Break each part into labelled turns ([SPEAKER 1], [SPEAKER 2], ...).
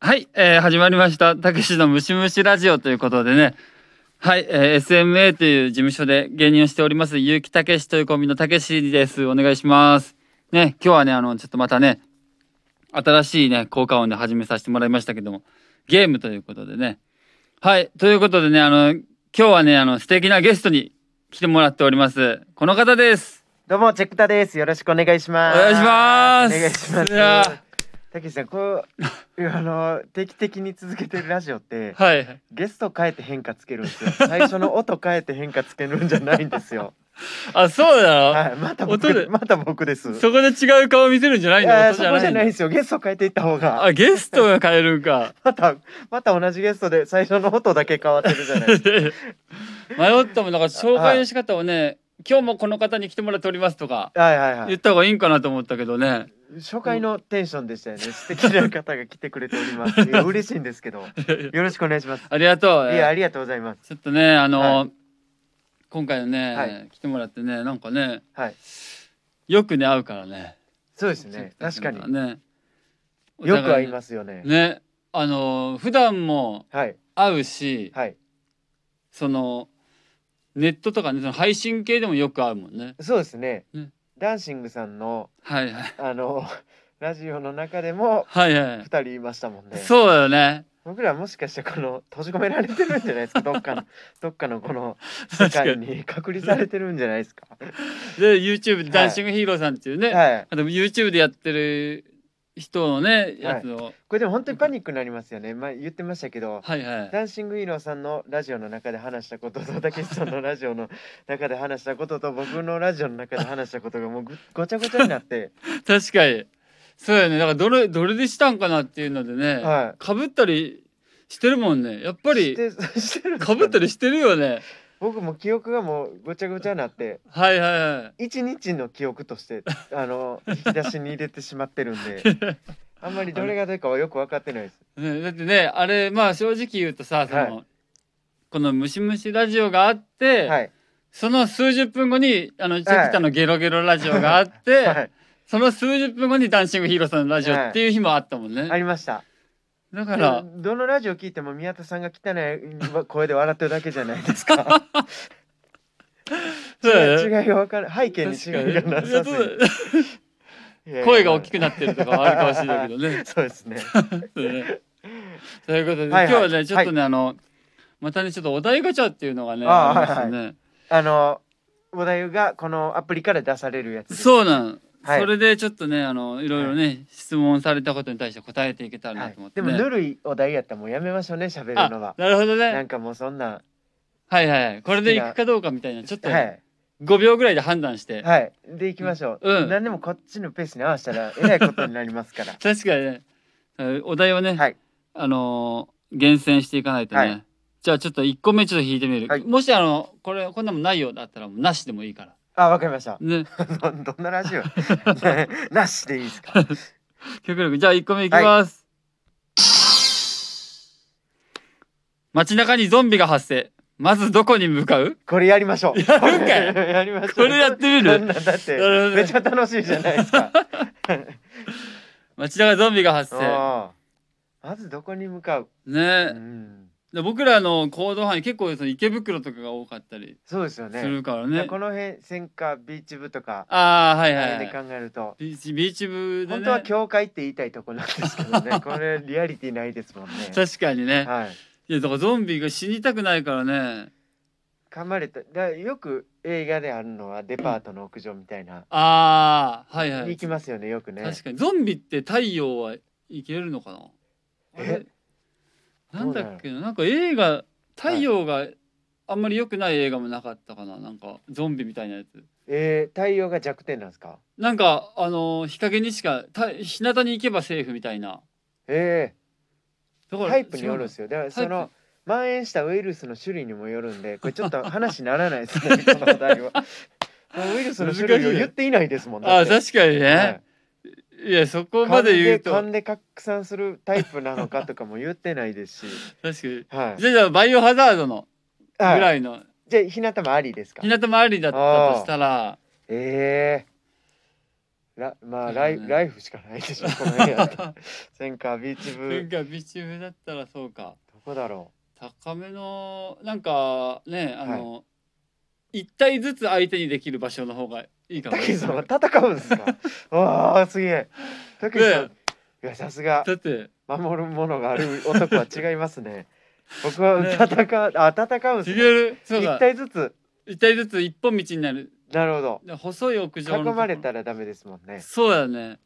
[SPEAKER 1] はい、えー始まりました。たけしのムシムシラジオということでね。はい、えー SMA という事務所で芸人をしております、結城たけしというコンビのたけしです。お願いします。ね、今日はね、あの、ちょっとまたね、新しいね、効果音で始めさせてもらいましたけども、ゲームということでね。はい、ということでね、あの、今日はね、あの、素敵なゲストに来てもらっております。この方です。
[SPEAKER 2] どうもチェックタです。よろしくお願いし
[SPEAKER 1] お
[SPEAKER 2] ます。
[SPEAKER 1] 願いします。
[SPEAKER 2] お願いします。
[SPEAKER 1] いや
[SPEAKER 2] たけしさん、こうあの定期的に続けてるラジオっ
[SPEAKER 1] ー
[SPEAKER 2] て
[SPEAKER 1] はい。
[SPEAKER 2] ゲスト変えて変化つけるんですよ。最初の音変えて変化つけるんじゃないんですよ。
[SPEAKER 1] あ、そうだよ。
[SPEAKER 2] はい、また
[SPEAKER 1] 音で
[SPEAKER 2] 僕また僕です。
[SPEAKER 1] そこで違う顔見せるんじゃないいんだ
[SPEAKER 2] や
[SPEAKER 1] 音
[SPEAKER 2] そ
[SPEAKER 1] じゃ
[SPEAKER 2] こ
[SPEAKER 1] な
[SPEAKER 2] じ
[SPEAKER 1] い
[SPEAKER 2] ゃ
[SPEAKER 1] ん
[SPEAKER 2] ない
[SPEAKER 1] だ
[SPEAKER 2] ですよ。ゲスト変えていった方が
[SPEAKER 1] あゲストが変えるんか
[SPEAKER 2] またまた同じゲストで最初の音だけ変わってるじ ゃない
[SPEAKER 1] 迷
[SPEAKER 2] ですか。
[SPEAKER 1] ったもんだから紹介の仕方をね今日もこの方に来てもらっておりますとか
[SPEAKER 2] はいはいは
[SPEAKER 1] 言っ
[SPEAKER 2] い。
[SPEAKER 1] た方がいいんかなと思ったけどね
[SPEAKER 2] 初回のテンションでしたよね。素敵な方が来てくれております。いや嬉しいんで すけど、よろしくお願いします。
[SPEAKER 1] ありがとう
[SPEAKER 2] いやありがとうございます。
[SPEAKER 1] ちょっとねあの、
[SPEAKER 2] は
[SPEAKER 1] 今回のね、
[SPEAKER 2] はい
[SPEAKER 1] 来てもらってねなんかね
[SPEAKER 2] はい。
[SPEAKER 1] よくね会うからね
[SPEAKER 2] そうですね。確かに。
[SPEAKER 1] ね
[SPEAKER 2] よく会いますすよね。
[SPEAKER 1] ねあの普段も
[SPEAKER 2] はい
[SPEAKER 1] 会うし、
[SPEAKER 2] はい。
[SPEAKER 1] そのネットとかねその配信系でもよく会うもんね
[SPEAKER 2] そうですね
[SPEAKER 1] うん。
[SPEAKER 2] ダンシングさんの
[SPEAKER 1] はいはい
[SPEAKER 2] あの ラジオの中でも
[SPEAKER 1] はいはい
[SPEAKER 2] 二人いましたもんね。
[SPEAKER 1] そうだよね。
[SPEAKER 2] 僕らもしかしてこの閉じ込められてるんじゃない ですか。どっかのどっかのこの世界に 隔離されてるんじゃないですか。
[SPEAKER 1] で YouTube
[SPEAKER 2] い
[SPEAKER 1] でダンシングヒーローさんっていうね、
[SPEAKER 2] はい。
[SPEAKER 1] あと YouTube でやってる人のねやつを、
[SPEAKER 2] これでも本当にパニックになりますよね。まあ言ってましたけど。
[SPEAKER 1] はい、はい
[SPEAKER 2] ダンシングヒーローさんのラジオの中で話したこととたけしさんのラジオの中で話したことと僕のラジオの中で話したことがもうぐごちゃごちゃになって、
[SPEAKER 1] 確かにそうやねだからどれどれでしたんかなっていうのでね
[SPEAKER 2] はい、
[SPEAKER 1] かぶったりしてるもんねやっぱり
[SPEAKER 2] して してるんです
[SPEAKER 1] か
[SPEAKER 2] か
[SPEAKER 1] ぶ
[SPEAKER 2] ね
[SPEAKER 1] ったりしてるよね
[SPEAKER 2] 僕も記憶がもうごちゃごちゃになって
[SPEAKER 1] はいはいはい
[SPEAKER 2] 一日の記憶と してあの引き出しに入れてしまってるんであんまりどれがどれかはよく分かってないです。
[SPEAKER 1] ね、だってねあれまあ正直言うとさその、この「ムシムシラジオ」があって、
[SPEAKER 2] はい、
[SPEAKER 1] その数十分後にあのチェキタの「ゲロゲロラジオ」があって、
[SPEAKER 2] はい、
[SPEAKER 1] その数十分後に「ダンシングヒーローさんのラジオ」っていう日もあったもんね、
[SPEAKER 2] ありました。
[SPEAKER 1] だから
[SPEAKER 2] でどのラジオ聞いても宮田さんが汚い声で笑ってるだけじゃないですか。違
[SPEAKER 1] そうだ
[SPEAKER 2] い
[SPEAKER 1] ね
[SPEAKER 2] が分かる背景に
[SPEAKER 1] 確か
[SPEAKER 2] 違いがな
[SPEAKER 1] にいや
[SPEAKER 2] さす
[SPEAKER 1] そう
[SPEAKER 2] ぎ
[SPEAKER 1] だね
[SPEAKER 2] て
[SPEAKER 1] 声が大きく
[SPEAKER 2] な
[SPEAKER 1] なってるとかはあるかもしれないけど ね
[SPEAKER 2] そうですね。
[SPEAKER 1] そうだねということで、
[SPEAKER 2] はいはい
[SPEAKER 1] 今日はねちょっとね、あのまたねちょっとお題ガチャっていうのがね
[SPEAKER 2] あー
[SPEAKER 1] りますね、
[SPEAKER 2] あのお題がこのアプリから出されるやつです。
[SPEAKER 1] そうなん、
[SPEAKER 2] はい
[SPEAKER 1] それでちょっとねあのいろいろね、質問されたことに対して答えていけたら
[SPEAKER 2] は
[SPEAKER 1] ないと思っ、て、
[SPEAKER 2] で
[SPEAKER 1] ね
[SPEAKER 2] もぬるいお題やったらもうやめましょうね喋るのは
[SPEAKER 1] あ。なるほど
[SPEAKER 2] な
[SPEAKER 1] ね
[SPEAKER 2] んかもうそんな
[SPEAKER 1] はいはいはいこれでいくかどうかみたいなちょっと
[SPEAKER 2] はい
[SPEAKER 1] 5秒ぐらいで判断して、
[SPEAKER 2] はいで行きましょう、
[SPEAKER 1] うん
[SPEAKER 2] 何でもこっちのペースに合わせたらえらいことになりますから
[SPEAKER 1] 確かにねお題をね、
[SPEAKER 2] はい
[SPEAKER 1] あのー厳選していかないとね、
[SPEAKER 2] はい
[SPEAKER 1] じゃあちょっと1個目ちょっと引いてみる、
[SPEAKER 2] はい
[SPEAKER 1] もしあのこれこんなもんないようだったらもうなしでもいいから
[SPEAKER 2] あわかりました
[SPEAKER 1] ね
[SPEAKER 2] どどんなラジ オなしでいいですか
[SPEAKER 1] 極力じゃあ1個目いきます、街中にゾンビが発生まずどこに向かう
[SPEAKER 2] これやりましょう
[SPEAKER 1] やるんかい
[SPEAKER 2] やりましょう
[SPEAKER 1] これやってみる
[SPEAKER 2] こんなんだっ
[SPEAKER 1] な
[SPEAKER 2] て
[SPEAKER 1] るほどね
[SPEAKER 2] めっちゃ楽しいじゃないで すか
[SPEAKER 1] 街中ゾンビが発生
[SPEAKER 2] あーまずどこに向かう、う
[SPEAKER 1] ね
[SPEAKER 2] ん、
[SPEAKER 1] で僕らの行動範囲結構その池袋とかが多かったり
[SPEAKER 2] そうですよ
[SPEAKER 1] す
[SPEAKER 2] ね
[SPEAKER 1] るから
[SPEAKER 2] じゃ
[SPEAKER 1] ね
[SPEAKER 2] あこの辺戦火ビーチ部とか、
[SPEAKER 1] ああはいは
[SPEAKER 2] あれ
[SPEAKER 1] い、
[SPEAKER 2] で
[SPEAKER 1] はい、
[SPEAKER 2] 考えると
[SPEAKER 1] ビーチビーチ部でね
[SPEAKER 2] 本当は教会って言いたいとこなんですけ どねこれリアリティないですもんね
[SPEAKER 1] 確かにね、
[SPEAKER 2] はい
[SPEAKER 1] いやだからゾンビが死にたくないからね
[SPEAKER 2] 噛まれただよく映画であるのはデパートの屋上みたいな、
[SPEAKER 1] ああはいはい
[SPEAKER 2] 行きますよねよくね
[SPEAKER 1] 確かにゾンビって太陽はいけるのかなあれ
[SPEAKER 2] え
[SPEAKER 1] なんだっけななんか映画太陽があんまり良くない映画もなかったかななんかゾンビみたいなやつ
[SPEAKER 2] えー、太陽が弱点なんですか
[SPEAKER 1] なんかあのー日陰にしかた日向に行けばセーフみたいな
[SPEAKER 2] え
[SPEAKER 1] だ
[SPEAKER 2] え
[SPEAKER 1] から
[SPEAKER 2] タイプによるんですよだから
[SPEAKER 1] タイ
[SPEAKER 2] そ
[SPEAKER 1] プ
[SPEAKER 2] の蔓延したウイルスの種類にもよるんでこれちょ っと話にならないですねこのお題はもうウイルスの種類を言っていないですもん
[SPEAKER 1] ああ確かにね、
[SPEAKER 2] はい
[SPEAKER 1] い、やそこま
[SPEAKER 2] 噛ん
[SPEAKER 1] で言う
[SPEAKER 2] で
[SPEAKER 1] と
[SPEAKER 2] 噛んで拡散するタイプなのかとかも言ってないですし、
[SPEAKER 1] 確かに
[SPEAKER 2] はい、
[SPEAKER 1] じゃあじゃあバイオハザードのぐ
[SPEAKER 2] は
[SPEAKER 1] ら
[SPEAKER 2] い、
[SPEAKER 1] いの
[SPEAKER 2] じゃあ日向もありですか
[SPEAKER 1] 日向周りだったとしたら
[SPEAKER 2] ええらまあ
[SPEAKER 1] そうだ
[SPEAKER 2] ラ
[SPEAKER 1] ね
[SPEAKER 2] イ,、ライフしかないでしょこの部 屋ってセンカービーチ
[SPEAKER 1] な
[SPEAKER 2] 部
[SPEAKER 1] んかビチフだったらそうか
[SPEAKER 2] どこだろ
[SPEAKER 1] 高めのなんかねあの、一体ずつ相手にできる場所の方がいいか
[SPEAKER 2] う
[SPEAKER 1] も
[SPEAKER 2] たけしさんは
[SPEAKER 1] だ
[SPEAKER 2] 戦うんです かわあすげえたけしさん、
[SPEAKER 1] ね
[SPEAKER 2] いやさすが
[SPEAKER 1] って
[SPEAKER 2] 守るものがある男は違いま すね僕は戦う、あ戦うんですね
[SPEAKER 1] 違うそう
[SPEAKER 2] 一
[SPEAKER 1] か
[SPEAKER 2] 体ずつ
[SPEAKER 1] 一体ずつ一本道になる
[SPEAKER 2] なるほど
[SPEAKER 1] で細い屋上の
[SPEAKER 2] 囲
[SPEAKER 1] とこ
[SPEAKER 2] まれたらダメですもんね
[SPEAKER 1] そうだね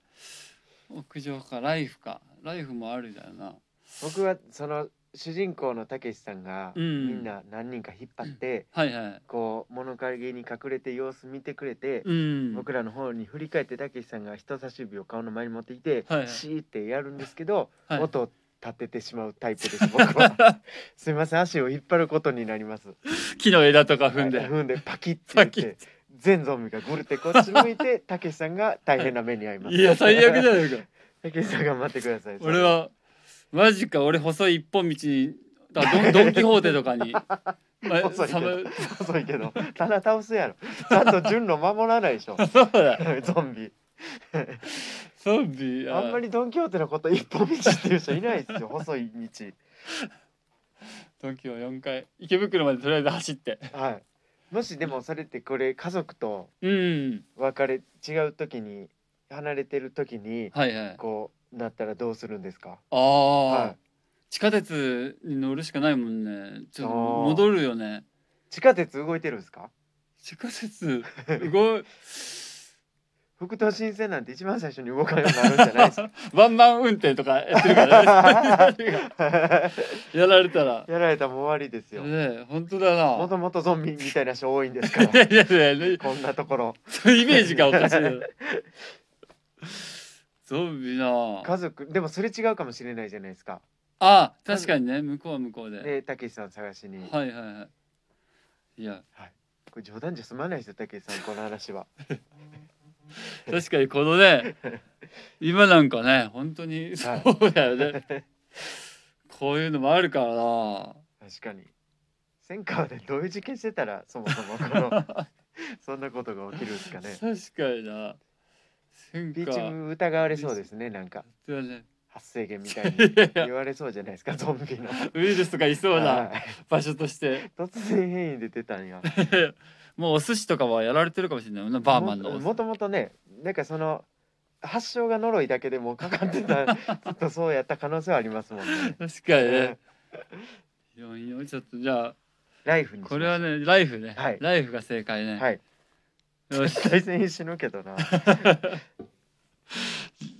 [SPEAKER 1] 屋上かライフかライフもあるだよな
[SPEAKER 2] 僕はその主人公のたけしさんが、
[SPEAKER 1] うん
[SPEAKER 2] みんな何人か引っ張って、
[SPEAKER 1] はいはい
[SPEAKER 2] こう物陰に隠れて様子見てくれて、
[SPEAKER 1] うん
[SPEAKER 2] 僕らの方に振り返ってたけしさんが人差し指を顔の前に持っていて、
[SPEAKER 1] はいはい
[SPEAKER 2] シーってやるんですけど、
[SPEAKER 1] はい
[SPEAKER 2] 音を立ててしまうタイプ です僕はすいません足を引っ張ることになります
[SPEAKER 1] 木の枝とか踏んで、
[SPEAKER 2] はい踏んでパキッて言っ
[SPEAKER 1] パキッ
[SPEAKER 2] て全ゾンビがぐるってこっち向いてたけしさんが大変な目に遭います
[SPEAKER 1] いや最悪じゃないか
[SPEAKER 2] たけしさん頑張ってください
[SPEAKER 1] 俺はマジか俺細い一本道にだドンドン・キホーテとかに、まあ
[SPEAKER 2] 細いけ
[SPEAKER 1] さ
[SPEAKER 2] ど
[SPEAKER 1] む
[SPEAKER 2] 遅いけど棚倒すやろちゃんと順路守らないでしょ
[SPEAKER 1] そうだ
[SPEAKER 2] ゾンビ
[SPEAKER 1] ゾンビ
[SPEAKER 2] あんまりドン・キホーテのこと一歩道っていう人いな いですよ細い道
[SPEAKER 1] ドンキは4回池袋までとりあえず走って
[SPEAKER 2] はいもしでもそれってこれ家族と
[SPEAKER 1] うん
[SPEAKER 2] 別れ違う時に離れてる時に
[SPEAKER 1] はいはい
[SPEAKER 2] こうなったらどうするんですか
[SPEAKER 1] ああ、
[SPEAKER 2] はい
[SPEAKER 1] 地下鉄に乗るしかないもんねちょっと
[SPEAKER 2] あー
[SPEAKER 1] 戻るよね
[SPEAKER 2] 地下鉄動いてるんですか
[SPEAKER 1] 地下 鉄動い
[SPEAKER 2] 副都心線なんて一番最初に動かなくなるんじゃないですか
[SPEAKER 1] ワンマン運転とかやってる からね やられたら
[SPEAKER 2] やられたらもう終わりですよ
[SPEAKER 1] ねえ本当だな
[SPEAKER 2] もともとゾンビみたいな人多いんですか
[SPEAKER 1] い
[SPEAKER 2] ら
[SPEAKER 1] やいやいや
[SPEAKER 2] こんなところ
[SPEAKER 1] そうイメージがおかしいな ゾンビな
[SPEAKER 2] 家族でもそれ違うかもしれないじゃないですか
[SPEAKER 1] あ確かにね向こうは向こうで、
[SPEAKER 2] でたけしさん探しに、こ
[SPEAKER 1] はいはいはいいや
[SPEAKER 2] れ冗談じゃ済まないですよたけしさんこの話は
[SPEAKER 1] 確かにこの ね今なんかね本当にそ
[SPEAKER 2] はいう
[SPEAKER 1] だよね、こういうのもあるからな
[SPEAKER 2] 確かに戦火でどういう事件してたらそもそもこの そんなことが起きるんですかね
[SPEAKER 1] 確かにな戦
[SPEAKER 2] ビ
[SPEAKER 1] 火
[SPEAKER 2] ーチ部疑われそうですねなんか
[SPEAKER 1] だよね
[SPEAKER 2] 発生源みたい
[SPEAKER 1] い
[SPEAKER 2] に
[SPEAKER 1] やいや
[SPEAKER 2] 言われそうじゃないですかゾンビの
[SPEAKER 1] ウイルスがいそうな
[SPEAKER 2] はい
[SPEAKER 1] 場所として
[SPEAKER 2] 突然変異で出たんや
[SPEAKER 1] もうお寿司とかはやられてるかもしれないもんなバーマンのお
[SPEAKER 2] も
[SPEAKER 1] 寿司
[SPEAKER 2] もともとねなんかその発症が呪いだけでもかかって たずっとそうやった可能性はありますもんね
[SPEAKER 1] 確かにねいやいやちょっとじゃあ
[SPEAKER 2] ライフにしましょ
[SPEAKER 1] こ
[SPEAKER 2] う
[SPEAKER 1] れはねライフね、
[SPEAKER 2] はい
[SPEAKER 1] ライフが正解ね、
[SPEAKER 2] はい
[SPEAKER 1] よし
[SPEAKER 2] 対戦死ぬけ どな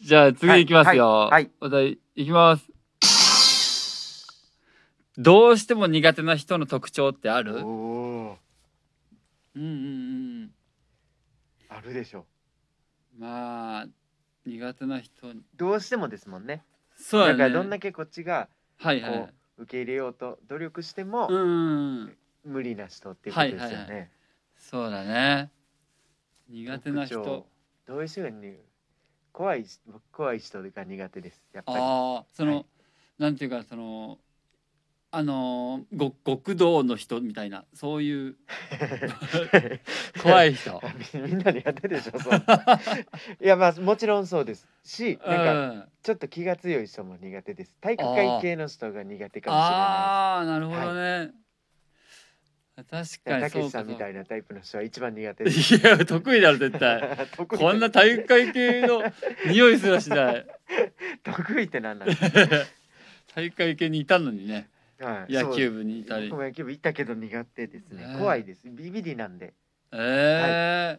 [SPEAKER 1] じゃあ次いきますよ、
[SPEAKER 2] はいはい
[SPEAKER 1] お題いきますどうしても苦手な人の特徴ってある
[SPEAKER 2] お
[SPEAKER 1] うん
[SPEAKER 2] お
[SPEAKER 1] うんうん
[SPEAKER 2] あるでしょ
[SPEAKER 1] まあ苦手な人に
[SPEAKER 2] どうしてもですもんね
[SPEAKER 1] そうだ
[SPEAKER 2] だ
[SPEAKER 1] ね
[SPEAKER 2] からどんだけこっちが
[SPEAKER 1] はい
[SPEAKER 2] こ
[SPEAKER 1] はいう
[SPEAKER 2] 受け入れようと努力しても
[SPEAKER 1] うんうんうん
[SPEAKER 2] 無理な人っていうことですよね、
[SPEAKER 1] はいはいそうだね苦手な
[SPEAKER 2] 特徴
[SPEAKER 1] 人
[SPEAKER 2] どういう人がに怖いし僕怖い人が苦手ですやっぱり
[SPEAKER 1] ああその、
[SPEAKER 2] はい
[SPEAKER 1] なんていうかそのあのーご極道の人みたいなそういう 怖い人
[SPEAKER 2] み みんな苦手でしょ そういやまあもちろんそうですしなんか
[SPEAKER 1] うん
[SPEAKER 2] ちょっと気が強い人も苦手です体育会系の人が苦手かもしれない
[SPEAKER 1] ああーなるほどね、確か
[SPEAKER 2] で
[SPEAKER 1] に
[SPEAKER 2] たけ
[SPEAKER 1] そう
[SPEAKER 2] し
[SPEAKER 1] かそ
[SPEAKER 2] さんみ
[SPEAKER 1] うか
[SPEAKER 2] たいなタイプの人は一番苦手です
[SPEAKER 1] いや得意だろ絶対
[SPEAKER 2] 得意
[SPEAKER 1] こんな体育会系の匂いすらしない
[SPEAKER 2] 得意ってなんなんですか
[SPEAKER 1] 体育会系にいたのにね
[SPEAKER 2] は い
[SPEAKER 1] 野球
[SPEAKER 2] 部
[SPEAKER 1] 部にいたり
[SPEAKER 2] 僕も野球部行ったけど苦手ですね、
[SPEAKER 1] ねえ
[SPEAKER 2] 怖いですビビリなんで
[SPEAKER 1] え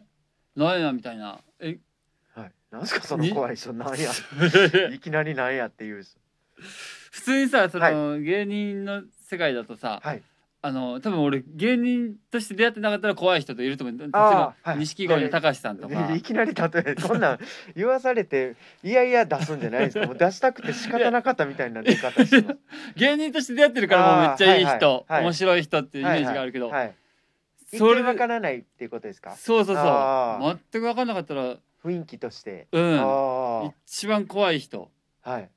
[SPEAKER 1] えーなんやみたいなえ
[SPEAKER 2] はいなんすかその怖い人な んやいきなりなんやっていう人
[SPEAKER 1] 普通にさその、芸人の世界だとさ、
[SPEAKER 2] はい
[SPEAKER 1] あの多分俺芸人として出会ってなかったら怖い人といると思う例えば
[SPEAKER 2] あーはい
[SPEAKER 1] 錦鯉の高橋さんとか
[SPEAKER 2] ねいきなり例えそんなん言わされていやいや出すんじゃな いですかもう出したくて仕方なかったみたいな出方してます
[SPEAKER 1] 芸人として出会ってるからもうめっちゃいい
[SPEAKER 2] あーはい
[SPEAKER 1] 人、
[SPEAKER 2] はいはい
[SPEAKER 1] 面白い人っていうイメージがあるけど、
[SPEAKER 2] はい一
[SPEAKER 1] それ
[SPEAKER 2] 見
[SPEAKER 1] で
[SPEAKER 2] わからないっていうことですか
[SPEAKER 1] そうそう
[SPEAKER 2] あ
[SPEAKER 1] そう
[SPEAKER 2] ー
[SPEAKER 1] 全く分かんなかったら
[SPEAKER 2] 雰囲気として、
[SPEAKER 1] うん
[SPEAKER 2] あ
[SPEAKER 1] 一番怖い人
[SPEAKER 2] あはい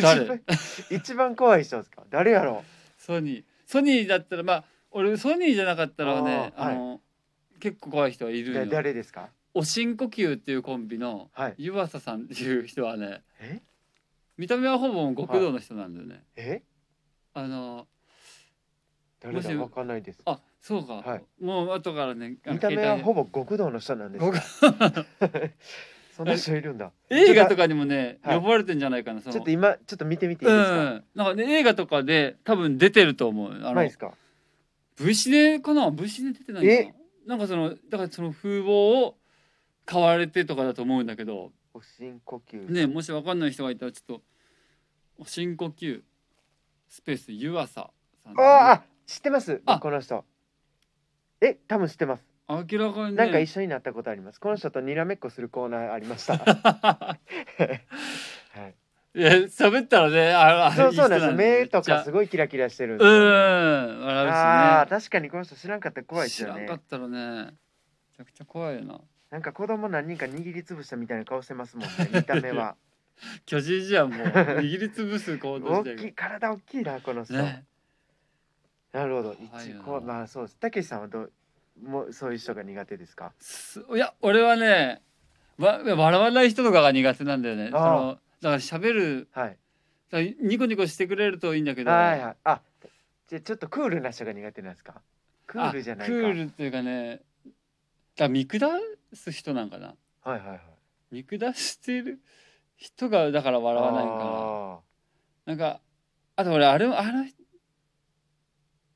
[SPEAKER 1] 誰
[SPEAKER 2] 一番怖い人ですか誰やろ
[SPEAKER 1] ソニーソニーだったらまあ俺ソニーじゃなかったらね
[SPEAKER 2] あ
[SPEAKER 1] あ
[SPEAKER 2] ー
[SPEAKER 1] の、結構怖い人はいる
[SPEAKER 2] う
[SPEAKER 1] よ
[SPEAKER 2] 誰ですか
[SPEAKER 1] 小おしん呼吸っていうコンビの
[SPEAKER 2] はい
[SPEAKER 1] 湯浅さんっていう人はね
[SPEAKER 2] え
[SPEAKER 1] 見た目はほぼ極道の人なんだよね、
[SPEAKER 2] え
[SPEAKER 1] あの
[SPEAKER 2] 誰だ
[SPEAKER 1] もし
[SPEAKER 2] わかんないです
[SPEAKER 1] あそうか、
[SPEAKER 2] はい
[SPEAKER 1] もう後からねあの
[SPEAKER 2] 見た目は
[SPEAKER 1] 携
[SPEAKER 2] ほぼ極道の人なんです
[SPEAKER 1] 極
[SPEAKER 2] かそんな人いるんだ
[SPEAKER 1] 帯で映画とかにもね、
[SPEAKER 2] はい
[SPEAKER 1] 呼ばれてんじゃないかなその
[SPEAKER 2] ちょっと今ちょっと見てみていいで
[SPEAKER 1] う
[SPEAKER 2] すか
[SPEAKER 1] んなんかね映画とかで多分出てると思うあ
[SPEAKER 2] ない
[SPEAKER 1] の
[SPEAKER 2] ですか
[SPEAKER 1] V シネかな V シネ出てないかななんかそのだからその風貌を買われてとかだと思うんだけど
[SPEAKER 2] お深呼吸
[SPEAKER 1] ねもしわかんない人がいたらちょっとお深呼吸スペース湯浅さん
[SPEAKER 2] あああ知ってます
[SPEAKER 1] あ
[SPEAKER 2] この人え多分知ってます
[SPEAKER 1] 明らかにね
[SPEAKER 2] なんか一緒になったことありますこの人とにらめっこするコーナーあり ましたはい
[SPEAKER 1] や喋ったらねああ
[SPEAKER 2] そうそうなんです目と
[SPEAKER 1] めっ
[SPEAKER 2] か
[SPEAKER 1] ち
[SPEAKER 2] す
[SPEAKER 1] ゃ
[SPEAKER 2] ごいキラキラしてるんで
[SPEAKER 1] う
[SPEAKER 2] すよ
[SPEAKER 1] ん
[SPEAKER 2] あ
[SPEAKER 1] 笑
[SPEAKER 2] あ確かにこの人知らんかったら怖いうです
[SPEAKER 1] しね知
[SPEAKER 2] よ
[SPEAKER 1] らん
[SPEAKER 2] ね
[SPEAKER 1] かったらねめちゃくちゃ怖いよな
[SPEAKER 2] なんか子供何人か握りつぶしたみたいな顔してま すもんね見た目は
[SPEAKER 1] 巨人じゃんもう握りつぶす行動し
[SPEAKER 2] 大
[SPEAKER 1] て
[SPEAKER 2] きい
[SPEAKER 1] る
[SPEAKER 2] 体大きいなこの人、
[SPEAKER 1] ね
[SPEAKER 2] なるほど
[SPEAKER 1] 怖い
[SPEAKER 2] 一
[SPEAKER 1] よな
[SPEAKER 2] こうまあそうですたけしさんはどうもうそういう人が苦手ですか
[SPEAKER 1] すいや俺はねわ笑わない人とかが苦手なんだよねそ
[SPEAKER 2] ああ
[SPEAKER 1] のだから喋る
[SPEAKER 2] はい
[SPEAKER 1] だからニコニコしてくれるといいんだけど
[SPEAKER 2] はいはいあじゃあちょっとクールな人が苦手なんですかクールじゃないか
[SPEAKER 1] あクールっていうかねだから見下す人なんかな
[SPEAKER 2] はいはいはい
[SPEAKER 1] 見下してる人がだから笑わないのか
[SPEAKER 2] あ
[SPEAKER 1] ななんかあと俺あれもあの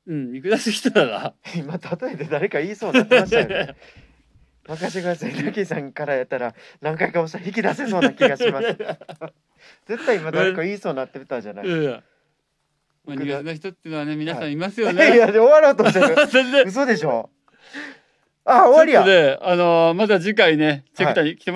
[SPEAKER 1] うん見下す人だな
[SPEAKER 2] ー今例えて誰か言いそうになってましたよね 任せてくださいたけしさんからやったら何回かおっしゃ引き出せそうな気がします 絶対今誰か言いそうになってたじゃない
[SPEAKER 1] いやいやまあ、苦手な人っていうのはね皆さんいますよ
[SPEAKER 2] い
[SPEAKER 1] ね、
[SPEAKER 2] やで終わろうとしてる
[SPEAKER 1] 全然
[SPEAKER 2] 嘘でしょあ終わりや
[SPEAKER 1] ちょっとねあのーまた次回ねチェクタに来て